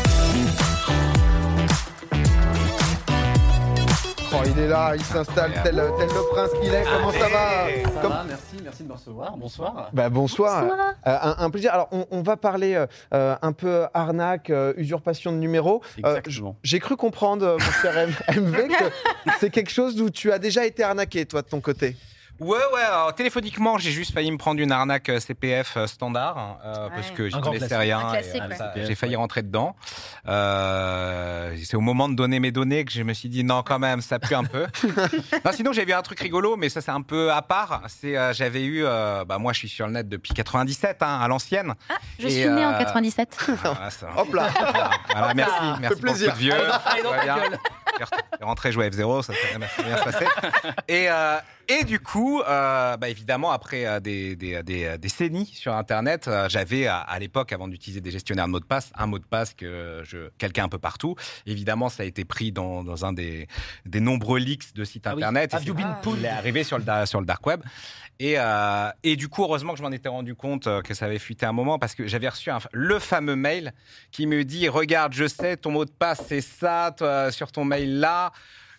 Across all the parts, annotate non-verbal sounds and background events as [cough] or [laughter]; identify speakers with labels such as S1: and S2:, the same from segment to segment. S1: là, Oh, il s'installe tel, euh, tel le prince qu'il est. Comment ça va
S2: Ça
S1: Comme-
S2: va, merci, merci de me recevoir. Bonsoir.
S1: Bah, bonsoir.
S3: hein.
S4: Bonsoir.
S1: Euh, un, un plaisir. Alors, on, on va parler euh, euh, un peu arnaque, euh, usurpation de numéros. Euh,
S2: Exactement.
S1: j- J'ai cru comprendre, euh, mon cher [laughs] MV, que c'est quelque chose où tu as déjà été arnaqué, toi, de ton côté.
S3: Ouais, ouais, alors, téléphoniquement, j'ai juste failli me prendre une arnaque euh, CPF euh, standard, hein, euh,
S4: Ouais.
S3: parce que je
S2: Un grand
S3: connaissais
S2: classique.
S3: rien.
S4: Un
S3: et,
S4: classique,
S3: euh,
S4: ouais.
S3: ça,
S2: Ouais.
S3: J'ai failli rentrer dedans. Euh, c'est au moment de donner mes données que je me suis dit, non, quand même, ça pue un
S4: [laughs]
S3: peu. Non, sinon, j'ai vu un truc rigolo, mais ça, c'est un peu à part. C'est, euh, j'avais eu, euh, bah, moi, je suis sur le net depuis 97, hein, à l'ancienne.
S4: Ah, Je
S3: Et,
S4: suis née en
S3: euh,
S4: 97.
S3: Voilà, ça- hein.
S1: Hop là
S3: voilà, voilà, merci,
S2: Ah,
S3: merci
S1: le
S3: pour le coup
S1: plaisir.
S3: de vieux.
S2: allez, dans
S3: Tout va
S2: ta
S3: bien.
S2: gueule.
S3: T'es rentré jouer à F0, ça s'est bien- ça s'est bien passé. Et, euh, et du coup, euh, bah, évidemment, après euh, des, des, des, euh, décennies sur Internet, euh, j'avais à, à l'époque, avant d'utiliser des gestionnaires de mots de passe, un mot de passe que je quelqu'un un peu partout. Évidemment, ça a été pris dans, dans un des, des nombreux leaks de sites
S2: Ah oui.
S3: Internet. Et
S2: Have you
S3: c'est-
S2: been
S3: il
S2: pulled
S3: est arrivé sur le, da- sur le dark web. Et, euh, et du coup, heureusement que je m'en étais rendu compte euh, que ça avait fuité un moment parce que j'avais reçu un- le fameux mail qui me dit Regarde, je sais, ton mot de passe, c'est ça, toi, sur ton mail là.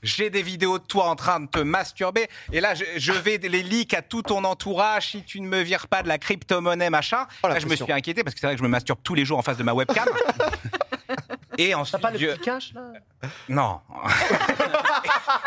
S3: J'ai des vidéos de toi en train de te masturber. Et là, je, je vais les leaks à tout ton entourage si tu ne me vires pas de la crypto-monnaie, machin.
S1: Oh, la
S3: là, je me
S1: pression.
S3: suis inquiété parce que c'est vrai que je me masturbe tous les jours en face de ma webcam. et
S2: T'as
S3: ensuite,
S2: pas le
S3: je-
S2: petit cash là
S3: non,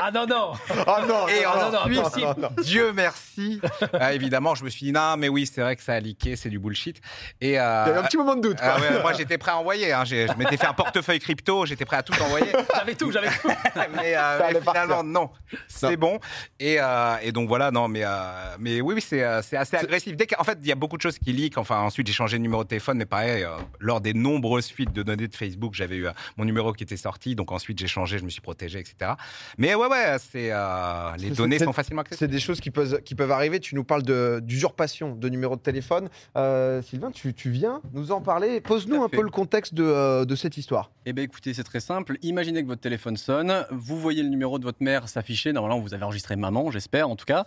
S2: Ah non, non
S1: Oh non
S3: Et
S1: non,
S3: on
S2: en
S1: non,
S2: a
S1: non,
S2: ensuite-
S1: non, non.
S3: Dieu merci. Ah, évidemment, je me suis dit non, mais oui, c'est vrai que ça a leaké, c'est du bullshit. Et euh,
S1: Il y a eu un petit moment de doute. quoi.
S3: ah ouais, moi, j'étais prêt à envoyer. hein. J'ai- Je m'étais fait un portefeuille crypto, j'étais prêt à tout envoyer.
S2: J'avais tout, j'avais tout.
S3: Mais, euh,
S1: Ça
S3: mais
S1: allait
S3: finalement,
S1: partir.
S3: non, c'est bon. Et, euh, et donc voilà, non, mais, euh, mais oui, oui, c'est euh, c'est assez agressif. Dès qu'en fait, il y a beaucoup de choses qui leak. Enfin, ensuite, j'ai changé de numéro de téléphone, mais pareil, euh, lors des nombreuses fuites de données de Facebook, j'avais eu euh, mon numéro qui était sorti. Donc ensuite, j'ai changé, je me suis protégé, etc. Mais ouais, ouais, c'est euh, les
S1: C'est-
S3: données
S1: c'est-
S3: sont facilement accessibles.
S1: C'est des choses qui peuvent, qui peuvent arriver. Tu nous parles de- d'usurpation de numéro de téléphone. Euh, Sylvain, tu, tu viens nous en parler. Pose-nous
S5: Tout à
S1: un
S5: fait.
S1: peu le contexte de, euh, de cette histoire.
S5: Eh bien écoutez, c'est très simple. Imaginez que votre téléphone sonne, vous voyez le numéro de votre mère s'afficher. Normalement, vous avez enregistré maman, j'espère en tout cas.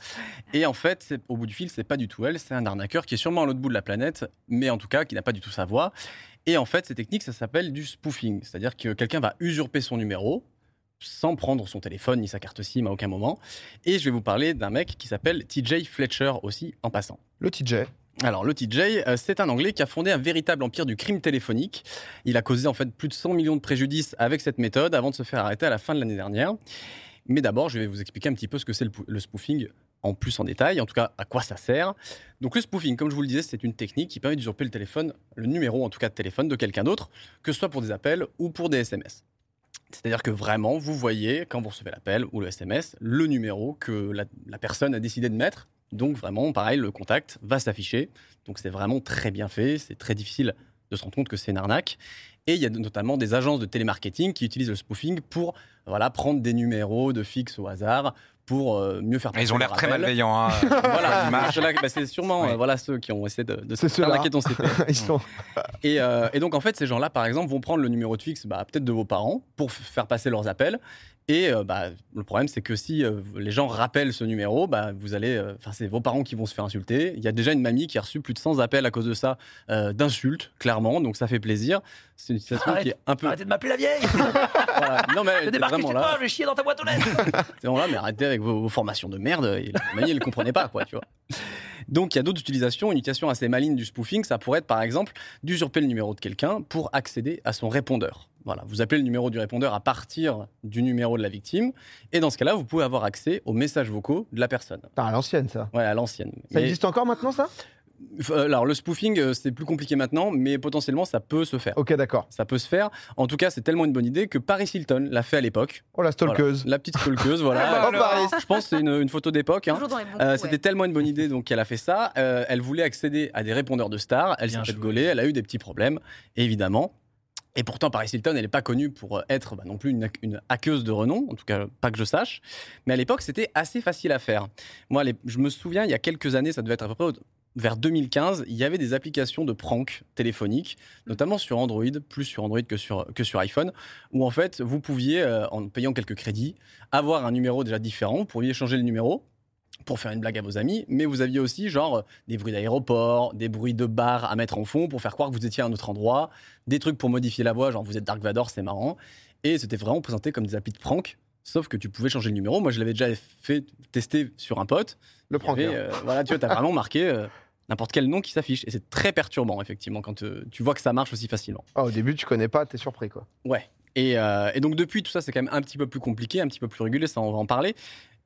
S5: Et en fait, c'est- au bout du fil, c'est pas du tout elle, c'est un arnaqueur qui est sûrement à l'autre bout de la planète, mais en tout cas qui n'a pas du tout sa voix. Et en fait, ces techniques, ça s'appelle du spoofing, c'est-à-dire que quelqu'un va usurper son numéro sans prendre son téléphone ni sa carte SIM à aucun moment. Et je vais vous parler d'un mec qui s'appelle TJ Fletcher aussi en passant.
S1: Le [laughs] TJ.
S5: Alors, le TJ, euh, c'est un Anglais qui a fondé un véritable empire du crime téléphonique. Il a causé en fait plus de 100 millions de préjudices avec cette méthode avant de se faire arrêter à la fin de l'année dernière. Mais d'abord, je vais vous expliquer un petit peu ce que c'est le, pou- le spoofing en plus en détail, en tout cas à quoi ça sert. Donc le spoofing, comme je vous le disais, c'est une technique qui permet d'usurper le téléphone, le numéro en tout cas de téléphone de quelqu'un d'autre, que ce soit pour des appels ou pour des SMS. C'est-à-dire que vraiment, vous voyez, quand vous recevez l'appel ou le SMS, le numéro que la- la personne a décidé de mettre. Donc vraiment, pareil, le contact va s'afficher. Donc c'est vraiment très bien fait, c'est très difficile de se rendre compte que c'est une arnaque. Et il y a de- notamment des agences de télémarketing qui utilisent le spoofing pour voilà, prendre des numéros de fixe au hasard pour euh, mieux faire
S3: Ah, Ils ont
S5: passer
S3: l'air
S5: leur
S3: très
S5: appel.
S3: malveillants. hein.
S5: Voilà,
S3: L'image.
S5: c'est ceux-là que- bah, c'est sûrement
S3: Oui.
S5: euh, voilà, ceux qui ont essayé de, de
S1: C'est ceux-là.
S5: t'arnaquer ton CPF.
S1: Ils sont.
S5: Et, euh, et donc, en fait, ces gens-là, par exemple, vont prendre le numéro de fixe bah, peut-être de vos parents pour f- faire passer leurs appels. Et euh, bah, le problème, c'est que si euh, les gens rappellent ce numéro, bah, vous allez, euh, enfin, c'est vos parents qui vont se faire insulter. Il y a déjà une mamie qui a reçu plus de 100 appels à cause de ça, euh, d'insultes, clairement. Donc, ça fait plaisir. C'est une situation qui est un peu.
S2: Arrêtez de m'appeler la vieille
S5: Voilà. Non mais
S2: Je
S5: elle était
S2: débarque chez
S5: vraiment
S2: toi,
S5: là,
S2: je vais chier dans ta boîte aux lettres
S5: C'est vraiment là, mais arrêtez avec vos, vos formations de merde. Et la mamie, elle comprenait pas quoi, tu vois. Donc, il y a d'autres utilisations. Une utilisation assez maligne du spoofing, ça pourrait être par exemple d'usurper le numéro de quelqu'un pour accéder à son répondeur. Voilà, vous appelez le numéro du répondeur à partir du numéro de la victime, et dans ce cas-là, vous pouvez avoir accès aux messages vocaux de la personne.
S1: Putain, à l'ancienne, ça.
S5: Ouais, à l'ancienne.
S1: Ça
S5: Mais-
S1: existe encore maintenant, ça
S5: f- euh, Alors, le spoofing, euh, c'est plus compliqué maintenant, mais potentiellement, ça peut se faire.
S1: Ok, d'accord.
S5: Ça peut se faire. En tout cas, c'est tellement une bonne idée que Paris Hilton l'a fait à l'époque.
S1: Oh, la
S5: Voilà.
S1: stalkeuse.
S5: La petite stalkeuse, voilà.
S1: Oh, Paris.
S5: Je pense que c'est une, une photo d'époque. hein.
S4: Toujours dans les bons
S5: Euh,
S4: coups,
S5: C'était
S4: ouais.
S5: tellement une bonne idée donc qu'elle a fait ça. Euh, elle voulait accéder à des répondeurs de stars. Elle s'est
S2: Bien
S5: fait
S2: joué.
S5: gauler. Elle a eu des petits problèmes, évidemment. Et pourtant, Paris Hilton, elle n'est pas connue pour être bah, non plus une, une hackeuse de renom, en tout cas pas que je sache. Mais à l'époque, c'était assez facile à faire. Moi, les- je me souviens, il y a quelques années, ça devait être à peu près au- vers 2015, il y avait des applications de prank téléphoniques, notamment sur Android, plus sur Android que sur, que sur iPhone, où en fait, vous pouviez, euh, en payant quelques crédits, avoir un numéro déjà différent, vous pourriez changer le numéro pour faire une blague à vos amis, mais vous aviez aussi genre des bruits d'aéroport, des bruits de bar à mettre en fond pour faire croire que vous étiez à un autre endroit, des trucs pour modifier la voix, genre vous êtes Dark Vador, c'est marrant, et c'était vraiment présenté comme des applis de prank, Sauf que tu pouvais changer le numéro. Moi, je l'avais déjà fait tester sur un pote.
S1: Le hein.
S5: Il y
S1: pranker.
S5: avait, euh, voilà, tu vois, t'as vraiment marqué euh, n'importe quel nom qui s'affiche. Et c'est très perturbant, effectivement, quand euh, tu vois que ça marche aussi facilement.
S1: Ah, au début, tu connais pas, t'es surpris, quoi.
S5: Ouais. Et, euh, et donc depuis, tout ça, c'est quand même un petit peu plus compliqué, un petit peu plus régulé, ça on va en parler.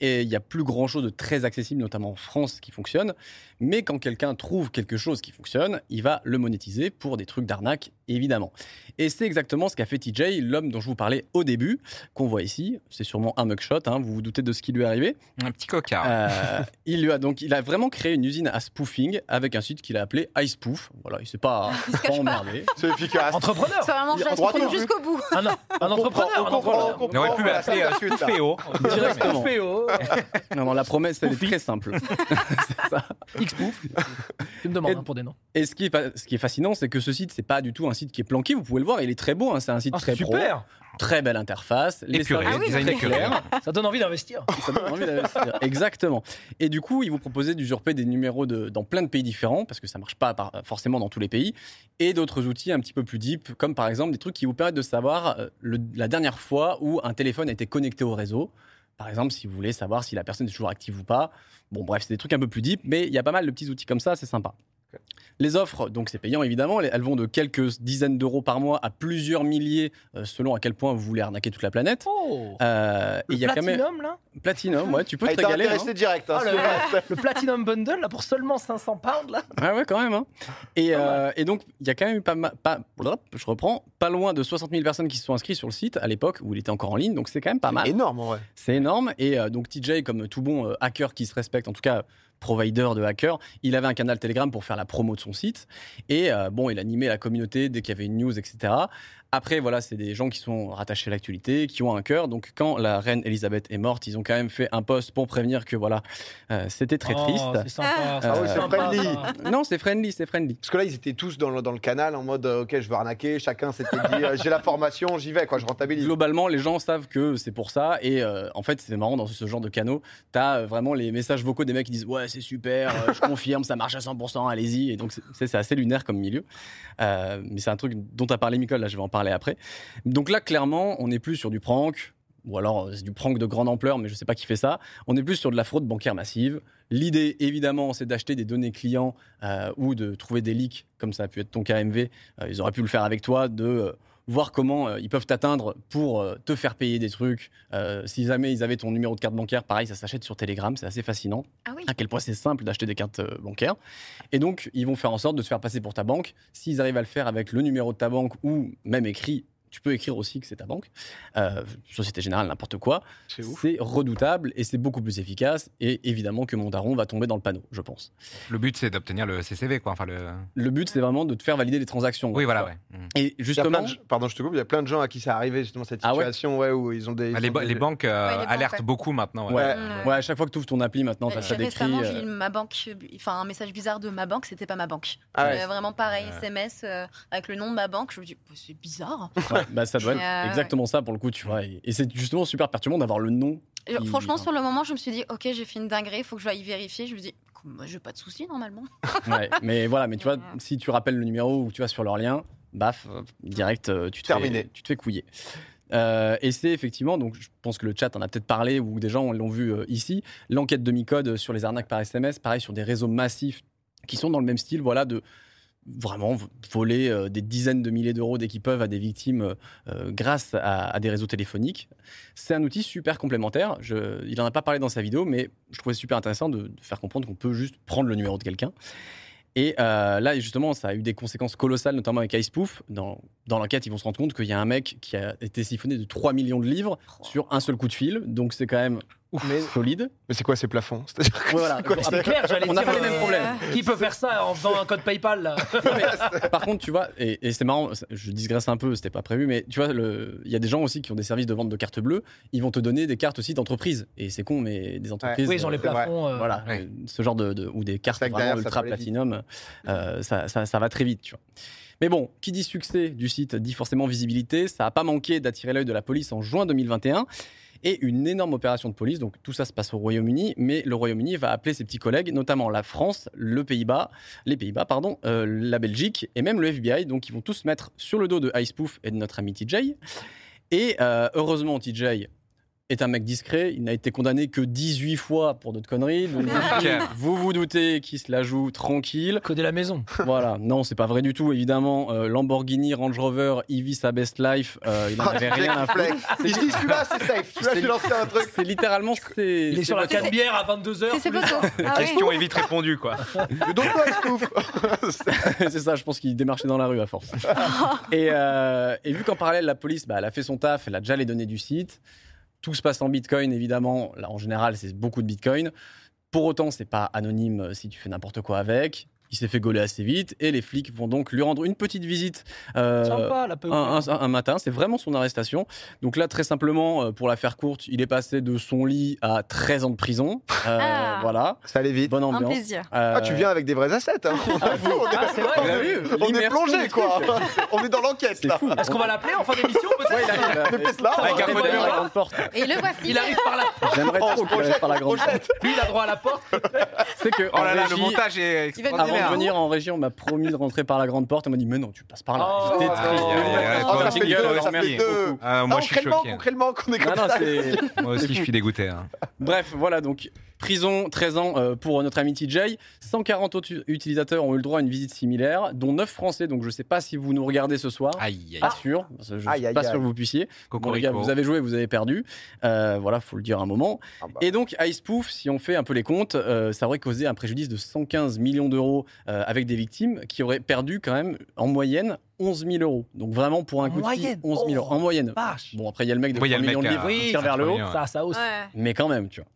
S5: Et il n'y a plus grand-chose de très accessible, notamment en France, qui fonctionne. Mais quand quelqu'un trouve quelque chose qui fonctionne, il va le monétiser pour des trucs d'arnaque, évidemment. Et c'est exactement ce qu'a fait TJ, l'homme dont je vous parlais au début, qu'on voit ici. C'est sûrement un mugshot, hein, vous vous doutez de ce qui lui est arrivé.
S3: Un petit cocard.
S5: Euh, il lui a donc, il a vraiment créé une usine à spoofing avec un site qu'il a appelé iSpoof. Voilà, il s'est pas,
S4: Il se
S5: pas
S4: cache pas.
S5: emmerdé.
S1: C'est efficace.
S2: Entrepreneur
S4: Ça va
S1: Il y
S4: manger
S1: a
S4: la
S1: droit
S4: surprise
S1: de-
S4: jusqu'au bout.
S2: Un, un entrepreneur Un entrepreneur
S3: On aurait pu
S1: voilà,
S3: l'appeler
S1: ça,
S3: euh,
S1: la suite, là.
S3: Spoof.eo.
S5: Directement.
S2: Un
S5: [laughs]
S2: PO,
S5: Non, non, la promesse, elle est
S2: Spoofi.
S5: très simple.
S2: Xpouf. Tu me demandes
S5: Et-
S2: hein, pour des noms.
S5: Et ce qui est, fa- ce qui est fascinant, c'est que ce site, c'est pas du tout un site qui est planqué. Vous pouvez le voir, il est très beau. hein, c'est un site
S2: Ah,
S5: très pro,
S2: super
S5: très belle interface. les
S3: Épuré.
S5: services
S4: Ah oui,
S3: Design
S4: mais-
S3: épuré.
S2: Ça donne envie d'investir.
S5: Ça donne envie d'investir. Exactement. Et du coup, ils vous proposaient d'usurper des numéros de- dans plein de pays différents, parce que ça marche pas par- forcément dans tous les pays, et d'autres outils un petit peu plus deep, comme par exemple des trucs qui vous permettent de savoir euh, le- la dernière fois où un téléphone a été connecté au réseau. Par exemple, si vous voulez savoir si la personne est toujours active ou pas. Bon, bref, c'est des trucs un peu plus deep, mais il y a pas mal de petits outils comme ça, c'est sympa.
S1: Ok.
S5: Les offres, donc c'est payant évidemment, elles- elles vont de quelques dizaines d'euros par mois à plusieurs milliers, euh, selon à quel point vous voulez arnaquer toute la planète.
S2: Oh
S5: Euh, et il y a quand même
S2: Platinum, là
S5: Platinum, ouais, tu peux
S1: Ah,
S5: te
S1: il t'a
S5: régaler.
S1: intéressé
S5: hein.
S1: direct. hein,
S2: Ah,
S1: c'est
S2: le-
S1: vrai.
S2: Le Platinum Bundle, là, pour seulement 500 pounds, là
S5: Ouais, ouais, quand même. hein. Et, euh, et donc, il y a quand même eu pas, ma- pas, blop, je reprends, pas loin de 60 000 personnes qui se sont inscrites sur le site à l'époque où il était encore en ligne, donc c'est quand même pas mal.
S1: Énorme, en vrai.
S5: C'est énorme. Et euh, donc, TJ, comme tout bon euh, hacker qui se respecte, en tout cas euh, provider de hacker, il avait un canal Telegram pour faire la promo de son site. Et euh, bon, il animait la communauté dès qu'il y avait une news, etc. Après, voilà, c'est des gens qui sont rattachés à l'actualité, qui ont un cœur. Donc, quand la reine Elisabeth est morte, ils ont quand même fait un post pour prévenir que voilà, euh, c'était très
S2: Oh,
S5: triste.
S2: C'est sympa.
S1: Ah oui, c'est
S2: sympa,
S1: friendly.
S2: ça.
S5: [laughs] Non, c'est friendly, c'est friendly.
S1: Parce que là, ils étaient tous dans le, dans le canal en mode euh, Ok, je veux arnaquer. Chacun s'était dit euh, J'ai la formation, j'y vais, quoi, je rentabilise.
S5: Globalement, les gens savent que c'est pour ça. Et euh, en fait, c'est marrant dans ce genre de canaux. T'as euh, vraiment les messages vocaux des mecs qui disent Ouais, c'est super, euh, je confirme, ça marche à 100%, allez-y. Et donc, c'est- c'est c'est assez lunaire comme milieu. Euh, mais c'est un truc dont t'as parlé, Nicole, là, je vais en parler après. Donc là, clairement, on n'est plus sur du prank. Ou alors euh, c'est du prank de grande ampleur, mais je sais pas qui fait ça. On est plus sur de la fraude bancaire massive. L'idée, évidemment, c'est d'acheter des données clients euh, ou de trouver des leaks, comme ça a pu être ton KMV. Euh, ils auraient pu le faire avec toi, de euh, voir comment euh, ils peuvent t'atteindre pour euh, te faire payer des trucs. Euh, si jamais ils avaient ton numéro de carte bancaire, pareil, ça s'achète sur Telegram, c'est assez fascinant.
S4: Ah oui.
S5: À quel point c'est simple d'acheter des cartes euh, bancaires. Et donc, ils vont faire en sorte de se faire passer pour ta banque. S'ils arrivent à le faire avec le numéro de ta banque ou même écrit, tu peux écrire aussi que c'est ta banque, euh, Société Générale, n'importe quoi.
S1: C'est
S5: C'est redoutable et c'est beaucoup plus efficace. Et évidemment que mon daron va tomber dans le panneau, je pense.
S3: Le but, c'est d'obtenir le CCV, quoi. Enfin, le...
S5: Le but, c'est vraiment de te faire valider les transactions.
S3: Oui, voilà, ouais. Mm.
S5: Et
S1: Il y a plein
S5: justement,
S1: de- pardon, je te coupe. Il y a plein de gens à qui ça arrivé justement cette
S5: Ah ouais
S1: situation ouais, où ils ont des. ils
S3: Ah, Les,
S1: ont
S3: ba-
S1: des-
S3: les banques euh,
S4: Ouais, les banques,
S3: alertent
S4: ouais.
S3: beaucoup maintenant.
S5: Ouais.
S4: Mm.
S5: ouais, à chaque fois que tu ouvres ton appli maintenant,
S4: Mais
S5: t'as ça décrit.
S4: Bah, récemment, j'ai
S5: euh,
S4: eu ma banque, enfin un message bizarre de ma banque, c'était pas ma banque.
S1: Ah ouais.
S4: Euh, vraiment pareil,
S3: Ouais.
S4: SMS euh, avec le nom de ma banque. Je me dis, Bah, c'est bizarre.
S5: Ouais, bah ça doit être
S4: Euh,
S5: exactement ça pour le coup, tu vois. Et, et c'est justement super perturbant d'avoir le nom.
S4: Et
S5: Il-
S4: Euh, Franchement, sur le moment, je me suis dit, ok, j'ai fait une dinguerie, faut que je vais y vérifier. Je me dis, moi, j'ai pas de soucis normalement.
S5: Ouais, mais voilà, mais tu vois, si tu rappelles le numéro ou tu vas sur leur lien, baf, euh, direct, euh, tu te
S1: Terminé.
S5: fais, tu te fais couiller. Euh, et c'est effectivement, donc je pense que le chat en a peut-être parlé ou des gens l'ont vu euh, ici, l'enquête de Micode sur les arnaques par SMS, pareil sur des réseaux massifs qui sont dans le même style, voilà, de vraiment v- voler euh, des dizaines de milliers d'euros dès qu'ils peuvent à des victimes euh, euh, grâce à, à des réseaux téléphoniques. C'est un outil super complémentaire. Je- il n'en a pas parlé dans sa vidéo, mais je trouvais super intéressant de, de faire comprendre qu'on peut juste prendre le numéro de quelqu'un. Et euh, là, justement, ça a eu des conséquences colossales, notamment avec Icepoof. Dans, dans l'enquête, ils vont se rendre compte qu'il y a un mec qui a été siphonné de 3 millions de livres sur un seul coup de fil. Donc, c'est quand même solide.
S1: Mais c'est quoi ces plafonds C'est-à-dire que
S5: Ouais, voilà.
S1: c'est quoi,
S5: Bon,
S1: ça
S2: C'est clair, j'allais
S5: On n'a
S2: dire.
S5: pas les
S2: euh,
S5: mêmes problèmes.
S2: Qui peut faire ça en faisant un code PayPal là
S5: Par contre, tu vois, et, et c'est marrant, ça- je digresse un peu, c'était pas prévu, mais tu vois, le- il y a des gens aussi qui ont des services de vente de cartes bleues, ils vont te donner des cartes aussi d'entreprise. Et c'est con, mais des entreprises.
S2: Oui, ils ont les
S5: euh,
S2: plafonds. euh,
S5: Voilà,
S3: Ouais.
S5: euh, ce genre de, de- ou des cartes
S1: C'est vrai que
S5: vraiment
S1: derrière, ça
S5: ultra
S1: peut aller vite.
S5: platinum, euh, ça, ça- ça va très vite, tu vois. Mais bon, qui dit succès du site dit forcément visibilité. Ça n'a pas manqué d'attirer l'œil de la police en juin 2021 et une énorme opération de police. Donc tout ça se passe au Royaume-Uni, mais le Royaume-Uni va appeler ses petits collègues, notamment la France, le Pays-Bas, les Pays-Bas, pardon, euh, la Belgique et même le FBI. Donc ils vont tous se mettre sur le dos de Icepoof et de notre ami TJ. Et euh, heureusement, TJ est un mec discret. Il n'a été condamné que 18 fois pour d'autres conneries. Donc,
S3: Ok.
S5: vous vous doutez qu'il se la joue tranquille.
S2: Coder la maison.
S5: Voilà, non, c'est pas vrai du tout, évidemment. Euh, Lamborghini, Range Rover, il vit sa best life, euh,
S1: [laughs]
S5: il n'en avait rien à foutre.
S1: Il se dit celui-là, c'est safe. Celui-là, je vais lancer un
S5: [laughs]
S1: truc.
S5: C'est littéralement. c'est-
S2: Il est sur la
S4: c'est-
S2: canne bière à 22h.
S4: C'est ses potos. Ah ouais.
S3: Question est vite répondue, quoi.
S1: Le don quoi, il se trouve.
S5: [laughs] c'est ça, je pense qu'il démarchait dans la rue à force. [laughs] et, euh, et vu qu'en parallèle, la police, bah, elle a fait son taf, elle a déjà les données du site. Tout se passe en bitcoin, évidemment. Là, en général, c'est beaucoup de bitcoin. Pour autant, c'est pas anonyme euh, si tu fais n'importe quoi avec. Il s'est fait gauler assez vite et les flics vont donc lui rendre une petite visite euh,
S2: Sympa, la peu.
S5: un, un- un matin. C'est vraiment son arrestation. Donc là, très simplement, euh, pour la faire courte, il est passé de son lit à 13 ans de prison. Euh,
S4: Ah.
S5: Voilà,
S1: Ça allait vite.
S5: bonne
S4: Un
S5: ambiance.
S4: plaisir.
S5: Euh,
S1: Ah, tu viens avec des vrais assets. Hein. [laughs] on est,
S2: Ah, c'est
S5: vous
S2: vrai.
S5: l'avez vu
S1: on est
S5: L'immersion
S1: plongé,
S5: du
S1: quoi.
S5: truc.
S1: [laughs] on est dans l'enquête,
S5: C'est
S1: là.
S5: fou.
S2: Est-ce qu'on va l'appeler en fin d'émission
S5: Ouais,
S2: peut-être
S5: il arrive, là.
S1: Mais Tesla,
S3: Avec
S1: on est
S3: un
S5: Il
S3: peu
S1: dans-
S5: arrive à
S2: de-
S5: la grande porte.
S4: Et le voici.
S2: Il arrive par la
S5: J'aimerais
S1: on se
S5: trop qu'il arrive
S1: projette,
S5: par la
S1: on
S5: grande
S1: se
S5: porte.
S1: projette.
S2: Lui, il a droit à la porte.
S5: C'est que
S3: Oh
S5: en
S3: là là, le
S5: régie,
S3: montage est
S4: Il va te
S5: Avant
S3: extraordinaire.
S5: de venir en région, on m'a promis de rentrer par la grande porte. On m'a dit mais non, tu passes par là.
S2: Oh,
S5: J'étais
S1: non,
S5: triste.
S1: non,
S3: non,
S5: Oh,
S3: non,
S5: le
S3: ça fait
S5: jingle,
S3: deux,
S5: on
S3: ça
S5: remercie
S1: fait deux.
S5: beaucoup.
S3: Ah,
S1: Ah,
S3: moi,
S1: on
S3: je
S1: crée
S3: suis
S1: le manque,
S3: choqué.
S1: on crée le manque, on est
S5: Non,
S1: comme
S5: non,
S1: ça.
S5: [laughs] c'est-
S3: Moi aussi, je suis dégoûté. hein.
S5: Bref, voilà donc prison, 13 ans euh, pour notre ami TJ. 140 autres utilisateurs ont eu le droit à une visite similaire, dont 9 Français. Donc je sais pas si vous nous regardez ce soir.
S3: Aïe, aïe,
S5: Pas sûr, parce que je
S1: Aïe,
S5: suis
S1: aïe,
S5: pas
S1: aïe.
S5: sûr que vous puissiez. Bon, les gars,
S3: cocorico.
S5: vous avez joué, vous avez perdu. Euh, voilà, faut le dire un moment.
S1: Ah bah.
S5: Et donc, Icepoof, si on fait un peu les comptes, euh, ça aurait causé un préjudice de 115 millions d'euros euh, avec des victimes qui auraient perdu quand même en moyenne 11 000 euros. Donc vraiment pour un
S2: En
S5: coup de fusil,
S2: moyenne
S5: 11 000
S2: Oh.
S5: euros en moyenne.
S2: Vache.
S5: Bon, après, il y a le mec de
S3: Oui, il y a
S5: 3
S3: le
S5: millions de
S3: mec,
S5: livres
S3: euh,
S5: qui
S3: oui,
S5: tire
S3: ça
S5: vers le
S3: prend
S5: haut,
S3: bien.
S2: Ça, hein. ça hausse.
S4: Ouais.
S5: mais quand même, tu vois.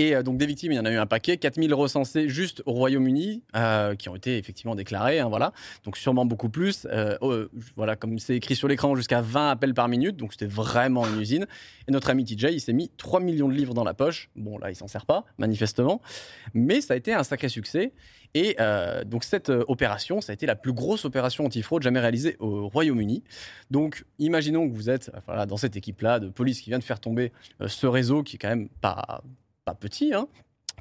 S5: Et euh, donc des victimes, il y en a eu un paquet, 4000 recensés juste au Royaume-Uni, euh, qui ont été effectivement déclarés, hein, voilà. Donc sûrement beaucoup plus. Euh, euh, voilà, comme c'est écrit sur l'écran, jusqu'à 20 appels par minute, donc c'était vraiment une usine. Et notre ami TJ, il s'est mis 3 millions de livres dans la poche. Bon, là, il s'en sert pas, manifestement. Mais ça a été un sacré succès. Et euh, donc cette euh, opération, ça a été la plus grosse opération antifraude jamais réalisée au Royaume-Uni. Donc imaginons que vous êtes euh, voilà, dans cette équipe-là de police qui vient de faire tomber euh, ce réseau qui est quand même pas, pas petit. hein.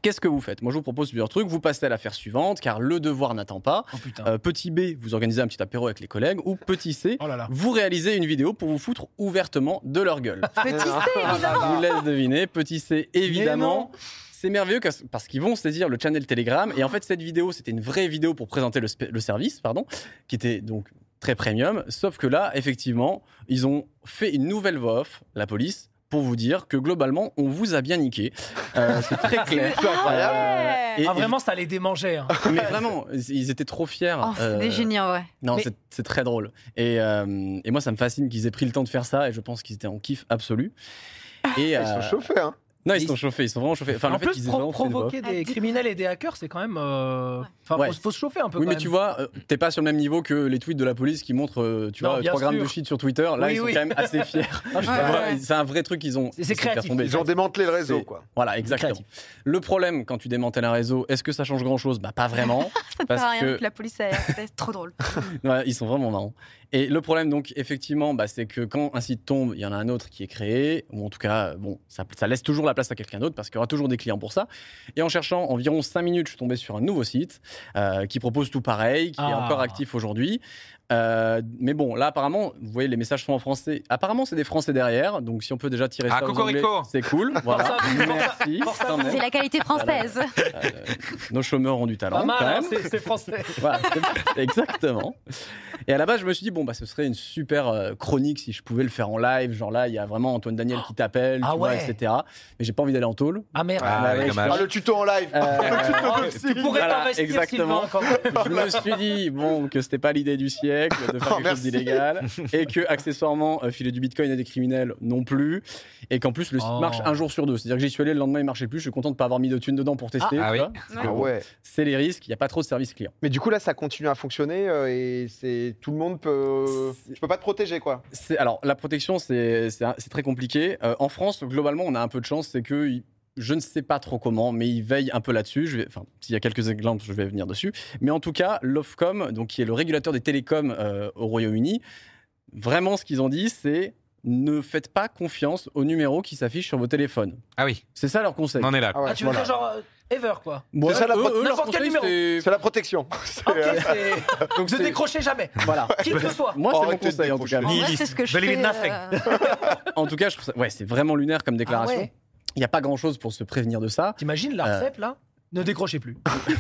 S5: Qu'est-ce que vous faites Moi, je vous propose plusieurs trucs. Vous passez à l'affaire suivante, car le devoir n'attend pas.
S2: Oh putain.
S5: Euh, petit B, vous organisez un petit apéro avec les collègues. Ou petit C,
S2: Oh là là.
S5: vous réalisez une vidéo pour vous foutre ouvertement de leur gueule.
S4: Petit
S1: Ah,
S4: C,
S5: Je
S4: évidemment.
S5: vous laisse deviner. Petit C, évidemment. C'est merveilleux parce- parce qu'ils vont saisir le channel Telegram. Et en fait, cette vidéo, c'était une vraie vidéo pour présenter le, spe- le service, pardon, qui était donc très premium. Sauf que là, effectivement, ils ont fait une nouvelle voix off, la police, pour vous dire que globalement, on vous a bien niqué. Euh, C'est très clair.
S1: C'est incroyable.
S5: Euh, et-
S2: Ah, vraiment, ça les démangeait. hein.
S5: et- mais vraiment, ils étaient trop fiers.
S4: Oh, c'est
S5: Euh,
S4: des génies en vrai.
S5: non,
S2: Mais-
S5: c'est- c'est très drôle. Et, euh, et moi, ça me fascine qu'ils aient pris le temps de faire ça et je pense qu'ils étaient en kiff absolu. Et,
S1: Ils sont
S5: euh,
S1: chauffés, hein.
S5: Non, ils
S2: Ils-
S5: sont chauffés, ils sont vraiment chauffés. Enfin, le
S2: en
S5: fait qu'ils
S2: plus,
S5: aient
S2: pro-
S5: vraiment fait une voix.
S2: provoquer des criminels et des hackers, c'est quand même. euh, Enfin,
S5: Ouais.
S2: faut, faut se chauffer un peu.
S5: Oui,
S2: quand
S5: mais
S2: même.
S5: tu vois, euh, t'es pas sur le même niveau que les tweets de la police qui montrent, euh, tu
S2: Non,
S5: vois,
S2: bien
S5: trois grammes
S2: sûr.
S5: de shit sur Twitter. Là,
S2: Oui,
S5: ils sont
S2: oui.
S5: quand même assez
S2: [laughs]
S5: fiers.
S2: Ah, je-
S4: Ouais,
S5: Voilà,
S4: ouais, ouais.
S5: C'est un vrai truc qu'ils ont.
S2: C'est- c'est
S5: qu'ils ont fait
S2: créatif.
S5: tomber.
S1: Ils ont démantelé le réseau,
S5: C'est-
S1: quoi.
S5: Voilà, exactement.
S2: Créatif.
S5: Le problème quand tu démantèles un réseau, est-ce que ça change grand-chose Bah, pas vraiment.
S4: [laughs] Ça ne
S5: parce
S4: fait rien
S5: que-
S4: que la police aille. C'est trop drôle.
S5: Ouais, ils sont vraiment marrants. Et le problème, donc, effectivement, bah, c'est que quand un site tombe, il y en a un autre qui est créé, ou en tout cas, euh, bon, ça, ça laisse toujours la place à quelqu'un d'autre parce qu'il y aura toujours des clients pour ça. Et en cherchant environ 5 minutes, je suis tombé sur un nouveau site euh, qui propose tout pareil, qui est
S2: Ah.
S5: encore actif aujourd'hui. Euh, mais bon, là, apparemment, vous voyez, les messages sont en français. Apparemment, c'est des Français derrière, donc si on peut déjà tirer
S3: Ah,
S5: ça aux Anglais,
S3: cocorico.
S5: c'est
S2: [laughs]
S5: cool. Voilà.
S2: Force à vous, force
S5: Merci.
S2: force à
S5: quand
S2: vous.
S5: même.
S4: C'est la qualité française.
S5: Euh, nos chômeurs ont du talent.
S2: Pas mal,
S5: quand
S2: hein,
S5: même.
S2: c'est c'est français.
S5: Voilà, [laughs] exactement. Et à la base, je me suis dit, bon, bah, ce serait une super euh, chronique si je pouvais le faire en live. Genre là, il y a vraiment Antoine Daniel qui t'appelle,
S2: Ah
S5: tu vois,
S2: ouais.
S5: etc. Mais j'ai pas envie d'aller en tôle.
S2: Ah merde.
S3: Ah,
S5: Ouais,
S3: ouais,
S5: je
S3: dommage.
S1: Ah, le tuto en live.
S5: Euh,
S1: Le tuto de
S2: Tu
S1: psy.
S2: pourrais
S5: Voilà,
S2: t'investir,
S5: exactement.
S2: Sylvain, quand même.
S5: Je me suis dit, bon, que c'était pas l'idée du siècle de faire
S1: Oh,
S5: quelque
S1: merci.
S5: chose d'illégal. Et que, accessoirement, euh, filer du bitcoin à des criminels non plus. Et qu'en plus, le site
S2: Oh.
S5: marche un jour sur deux. C'est-à-dire que j'y suis allé, le lendemain, il marchait plus. Je suis content de pas avoir mis de thunes dedans pour tester.
S3: Ah,
S5: tu
S3: ah
S5: vois.
S3: oui.
S1: Ah ouais.
S5: C'est les risques. Il n'y a pas trop de service client.
S1: Mais du coup, là, ça continue à fonctionner euh, et c'est tout le monde peut. Tu peux pas te protéger, quoi.
S5: C'est- Alors, la protection, c'est c'est un- c'est très compliqué. Euh, en France, globalement, on a un peu de chance, c'est que. il- je ne sais pas trop comment, mais ils veillent un peu là-dessus. Je vais- Enfin, s'il y a quelques exemples, je vais venir dessus. Mais en tout cas, l'Ofcom, donc qui est le régulateur des télécoms euh, au Royaume-Uni, vraiment, ce qu'ils ont dit, c'est ne faites pas confiance aux numéros qui s'affichent sur vos téléphones.
S3: Ah oui,
S5: C'est ça leur conseil.
S3: on en est là.
S1: Ah ouais.
S2: Ah, tu veux
S5: Voilà.
S2: dire, genre, euh, ever, quoi.
S5: Ouais,
S1: ça, la
S5: eux-
S1: pro-
S5: eux, leur
S2: n'importe quel
S5: conseil,
S2: numéro.
S5: c'est-
S1: C'est la protection. Ah, C'est,
S2: Ok,
S1: euh,
S2: c'est-
S1: donc
S2: ne
S1: c'est-
S2: décrochez jamais,
S5: Voilà.
S2: qui que ce soit.
S5: Moi, c'est mon
S1: Arrêtez de
S5: conseil en tout
S1: décrocher.
S5: cas.
S4: En vrai,
S3: Nihiliste.
S4: c'est ce que je
S3: Believe
S4: fais.
S3: in nothing.
S4: euh,
S5: En tout cas, je trouve ça- ouais, c'est vraiment lunaire comme déclaration.
S2: Ah ouais.
S5: Il n'y a pas grand chose pour se prévenir de
S2: [laughs]
S5: ça.
S2: T'imagines l'ARCEP, là Ne décrochez plus,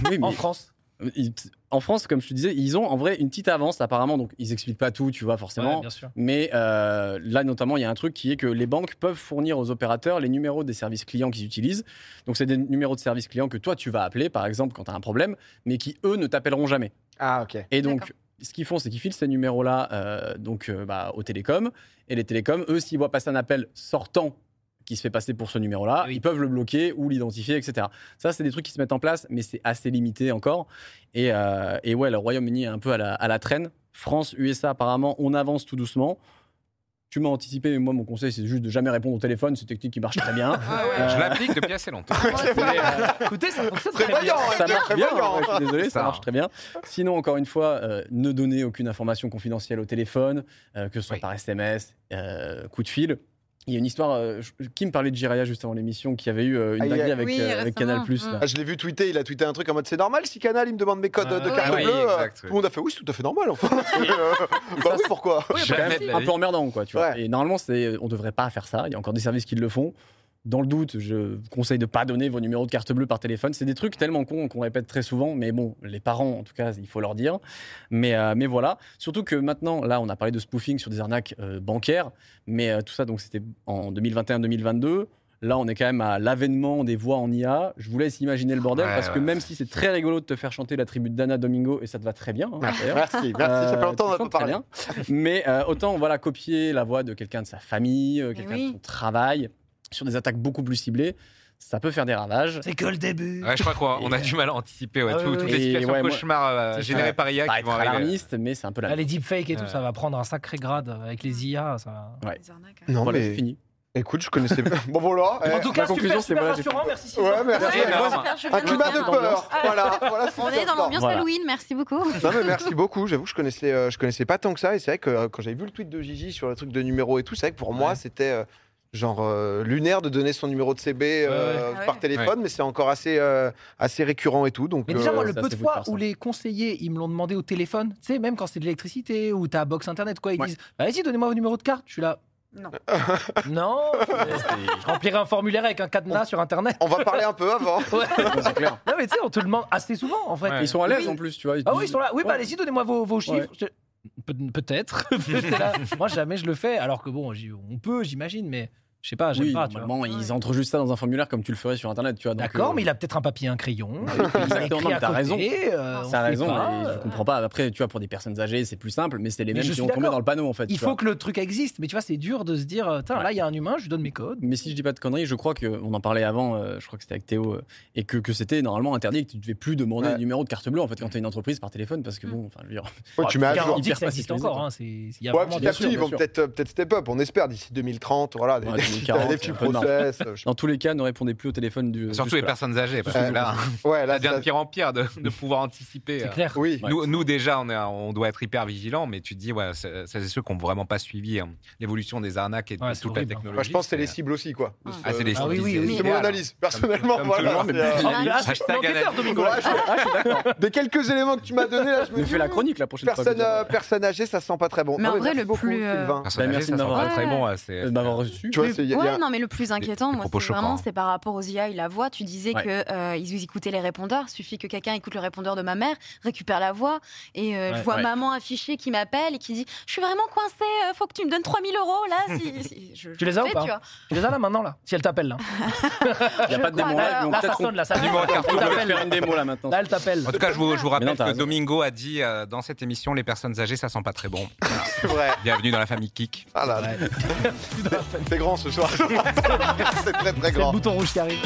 S5: Oui, mais-
S2: en France.
S5: ils- en France, comme je te disais, ils ont en vrai une petite avance apparemment, donc ils expliquent pas tout, tu vois,
S2: Ouais,
S5: forcément.
S2: bien sûr.
S5: mais euh, là, notamment, il y a un truc qui est que les banques peuvent fournir aux opérateurs les numéros des services clients qu'ils utilisent. Donc, c'est des numéros de services clients que toi, tu vas appeler, par exemple, quand tu as un problème, mais qui, eux, ne t'appelleront jamais.
S1: Ah, ok.
S5: Et donc,
S4: D'accord.
S5: ce qu'ils font, c'est qu'ils filent ces numéros-là euh, donc euh, bah, aux télécoms. Et les télécoms, eux, s'ils voient passer un appel sortant qui se fait passer pour ce numéro-là,
S2: Oui.
S5: ils peuvent le bloquer ou l'identifier, etc. Ça, c'est des trucs qui se mettent en place, mais c'est assez limité encore. Et, euh, et ouais, le Royaume-Uni est un peu à la, à la traîne. France, USA, apparemment, on avance tout doucement. Tu m'as anticipé, mais moi, mon conseil, c'est juste de jamais répondre au téléphone. C'est une technique qui marche très bien.
S4: Ah ouais.
S3: Je l'applique depuis assez longtemps.
S5: Mais, euh,
S2: Écoutez, ça fonctionne très bien.
S1: Prévoyant,
S5: ça
S1: hein,
S5: marche bien.
S1: prévoyant.
S5: ouais, je suis désolé,
S3: Ça,
S5: ça marche
S3: hein.
S5: très bien. Sinon, encore une fois, euh, ne donnez aucune information confidentielle au téléphone, euh, que ce soit
S3: Oui.
S5: par SMS, euh, coup de fil. Il y a une histoire, euh, je- qui me parlait de Jiraya juste avant l'émission, qui avait eu euh,
S1: Ah,
S5: une
S1: il y a-
S5: dinguerie avec,
S4: Oui,
S5: euh, avec
S4: récemment.
S5: Canal Plus.
S1: Ah, je l'ai vu tweeter, il a tweeté un truc en mode c'est normal si Canal il me demande mes codes
S2: Ah,
S1: de
S2: oui.
S1: carte
S3: Oui,
S1: bleue. euh,
S3: exact,
S1: tout
S3: oui.
S1: le monde a fait oui, c'est tout à fait normal enfin. Euh, bah oui, pourquoi
S3: Jamais de la
S5: un
S3: vie.
S5: peu emmerdant, quoi. Tu vois.
S1: Ouais.
S5: Et normalement, c'est, euh, on devrait pas faire ça. Il y a encore des services qui le font. Dans le doute, je vous conseille de pas donner vos numéros de carte bleue par téléphone. C'est des trucs tellement cons qu'on répète très souvent, mais bon, les parents, en tout cas, il faut leur dire. Mais, euh, mais voilà. Surtout que maintenant, là, on a parlé de spoofing sur des arnaques euh, bancaires, mais euh, tout ça, donc c'était en 2021-2022. Là, on est quand même à l'avènement des voix en IA. Je vous laisse imaginer le bordel,
S3: Ouais,
S5: parce que
S3: ouais.
S5: même si c'est très rigolo de te faire chanter la tribu de Dana Domingo, et ça te va très bien, hein, d'ailleurs.
S1: Ah, Merci, merci, ça fait
S5: Euh,
S1: longtemps qu'on
S5: tu
S1: n'a pas
S5: chantes très
S1: parlé.
S5: bien. Mais euh, autant voilà copier la voix de quelqu'un de sa famille, euh,
S4: Mais
S5: quelqu'un
S4: oui.
S5: de son travail, sur des attaques beaucoup plus ciblées, ça peut faire des ravages.
S2: C'est que le début.
S3: Ouais, je crois qu'on on a du mal à anticiper ouais,
S2: Ah,
S3: tout-
S2: oui,
S3: toutes
S2: oui.
S3: les
S5: Et
S3: situations
S5: ouais, moi-
S3: cauchemars euh,
S2: C'est ça.
S3: générées par IA
S5: Pas
S3: qui
S5: être
S3: vont arriver.
S5: alarmiste, mais c'est un peu la.
S2: Ah, les deepfakes et tout,
S3: Euh.
S2: ça va prendre un sacré grade avec les IA. Ça...
S4: les arnaques, hein.
S1: Non,
S5: Voilà,
S1: mais
S5: c'est fini.
S1: écoute, je connaissais. [laughs] bon, voilà. eh,
S2: en tout cas,
S5: conclusion,
S2: super,
S5: c'est
S2: super
S5: voilà,
S2: rassurant. Merci. Sylvain.
S1: Ouais, merci.
S3: Ouais,
S1: Moi,
S3: énorme.
S4: Super, je
S1: Un
S4: viens
S1: climat
S4: bien.
S1: de peur.
S4: Ah.
S1: Voilà, voilà. c'est
S4: On est
S1: ça.
S4: dans l'ambiance
S5: Voilà.
S4: Halloween, merci beaucoup.
S1: Non mais merci beaucoup, j'avoue que je connaissais, euh, je connaissais pas tant que ça et c'est vrai que euh, quand j'avais vu le tweet de Gigi sur le truc de numéro et tout, c'est vrai que pour moi
S2: Ouais.
S1: c'était euh, genre euh, lunaire de donner son numéro de CB euh,
S4: Ouais, ouais. Ah
S1: par
S4: ouais.
S1: téléphone mais c'est encore assez, euh, assez récurrent et tout donc
S2: Mais déjà,
S1: euh,
S2: moi, le
S5: ça,
S2: peu
S5: c'est
S2: de
S5: fou de
S2: fois
S5: faire ça.
S2: où les conseillers, ils me l'ont demandé au téléphone, tu sais, même quand c'est de l'électricité ou ta box internet, quoi, ils
S5: Ouais.
S2: disent Bah, vas-y, donnez-moi vos numéros de carte. Je suis là.
S4: Non.
S2: non. Je remplirai un formulaire avec un cadenas sur internet.
S1: on va parler un peu avant.
S2: Ouais.
S5: C'est clair.
S2: Non, mais tu sais, on te le demande assez souvent, en fait.
S3: Ouais.
S5: Ils sont à l'aise
S2: Oui.
S5: en plus, tu vois. ils
S2: Ah oui, ils
S5: disent-
S2: sont là. Oui, bah
S5: Ouais.
S2: allez-y, donnez-moi vos, vos chiffres. Je- Pe- [laughs] Peut-être. J'étais là. Moi, jamais je le fais. Alors que bon, j'y- on peut, j'imagine, mais je sais pas, j'aime
S5: Oui,
S2: pas. tu vois.
S5: normalement, ils
S4: Ouais.
S5: entrent juste ça dans un formulaire comme tu le ferais sur Internet, tu vois. donc,
S2: D'accord,
S5: euh,
S2: mais il a peut-être un papier, un crayon. [laughs]
S5: Exactement, non, mais t'as raison.
S2: T'as
S5: T'as raison, et je comprends pas. Après, tu vois, pour des personnes âgées, c'est plus simple, mais c'est les
S2: Mais
S5: mêmes
S2: je
S5: qui
S2: suis
S5: vont tomber
S2: d'accord.
S5: dans le panneau en fait.
S2: Il
S5: tu
S2: faut que le truc existe, mais tu vois, c'est dur de se dire, euh, tiens, là, il y a un humain, je lui donne mes codes.
S5: Mais si je dis pas de conneries, je crois que on en parlait avant, euh, je crois que c'était avec Théo, euh, et que, que c'était normalement interdit, que tu devais plus demander
S1: Ouais. Mm.
S5: le numéro de carte bleue en fait quand t'es une entreprise par téléphone, parce que bon, enfin, je veux dire,
S1: [laughs] Ouais, tu mets à jour.
S2: Garantie que
S5: hyper
S2: ça existe
S5: facilité,
S2: encore.
S5: quoi.
S2: hein, c'est- il y a
S1: Ouais,
S2: vraiment
S1: petit
S5: bien
S1: à
S2: des-
S1: petit,
S5: sûr,
S1: ils
S5: bien
S1: vont
S5: sûr.
S1: peut-être euh, peut-être step up, on espère d'ici 2030, voilà, des,
S5: Ouais, [laughs]
S1: des-
S5: 2040,
S1: des petits
S5: un peu de marge.
S1: process. euh, je-
S5: dans tous les cas, ne répondez plus au téléphone du.
S3: Surtout les
S5: jusque-là.
S3: personnes âgées, parce
S1: Euh,
S3: que là,
S1: ouais, là,
S3: ça devient
S1: ça-
S3: de pire en pire de, de pouvoir anticiper.
S2: C'est
S3: euh,
S2: clair.
S1: oui.
S5: Ouais.
S3: Nous, nous, déjà, on, est- on doit être hyper vigilant, mais tu te dis, ouais, c'est- celles et ceux qui n'ont vraiment pas suivi hein, l'évolution des arnaques et de
S2: Ouais, c'est
S3: toute
S2: horrible,
S3: la
S2: hein.
S3: technologie.
S1: Moi, je pense que c'est les
S3: c'est-
S1: cibles aussi, quoi. de
S4: Ah,
S1: ce-
S3: Ah, c'est les hein.
S2: Ah oui,
S3: cibles,
S2: oui,
S3: c'est-
S2: oui.
S1: C'est mon
S3: idéal.
S1: analyse, personnellement.
S3: comme tout le
S1: voilà,
S3: monde,
S1: c'est,
S5: mais
S1: [laughs] euh,
S5: plus-
S2: Ah, là, c'est
S3: Hashtag
S2: un enquêteur,
S3: analyse.
S2: Domingo.
S1: voilà, je-
S5: Ah, je suis d'accord.
S1: [laughs] des quelques éléments que tu m'as donnés, là, je me
S5: Mais
S1: dis,
S5: fais la chronique la prochaine fois.
S1: Personne,
S5: je veux dire.
S1: euh, personne âgée, ça sent pas très bon.
S4: Mais
S1: Non,
S4: en vrai,
S1: merci
S4: le
S1: beaucoup,
S4: plus, euh,
S1: Sylvain.
S3: Personnes
S5: Bah,
S3: âgées,
S5: merci
S3: ça
S5: de
S3: sent
S5: m'avoir-
S3: pas très
S4: Ouais.
S3: bon. hein. ouais, c'est-
S5: Euh, de m'avoir reçu.
S1: Tu vois, c'est- il y a- il y a-
S4: Ouais, non, mais le plus inquiétant,
S3: des
S4: moi,
S3: propos
S4: c'est
S3: choquants,
S4: vraiment,
S3: hein.
S4: c'est par rapport aux IA et la voix. Tu disais
S5: Ouais.
S4: que euh, ils ils écoutaient les répondeurs. Suffit que quelqu'un écoute le répondeur de ma mère, récupère la voix, et euh,
S2: Ouais,
S4: je vois
S5: ouais.
S4: maman affichée qui m'appelle et qui dit Je suis vraiment coincée, euh, faut que tu me donnes 3000 euros là. Si, si- je,
S2: Tu les as ou pas
S4: vois.
S2: Tu les as là maintenant, là Si elle t'appelle, là.
S5: Il n'y a
S4: Je
S5: pas de
S4: crois,
S5: démo
S4: là,
S5: là, mais on
S2: Là, ça
S5: peut-être qu'on-
S2: sonne, là, ça
S3: Dis-moi,
S2: Elle
S3: carte
S5: on peut
S2: t'appelle.
S5: faire une démo là maintenant.
S2: Là, elle t'appelle.
S3: En tout cas, je vous, je vous rappelle
S5: Mais non, t'as
S3: que
S5: raison.
S3: Domingo a dit euh, dans cette émission les personnes âgées, ça sent pas très bon.
S1: C'est vrai.
S3: Bienvenue dans la famille Kik.
S1: Ah là,
S2: Ouais.
S1: [laughs] t'es grand ce soir. c'est très très
S2: C'est le
S1: grand.
S2: bouton rouge qui arrive.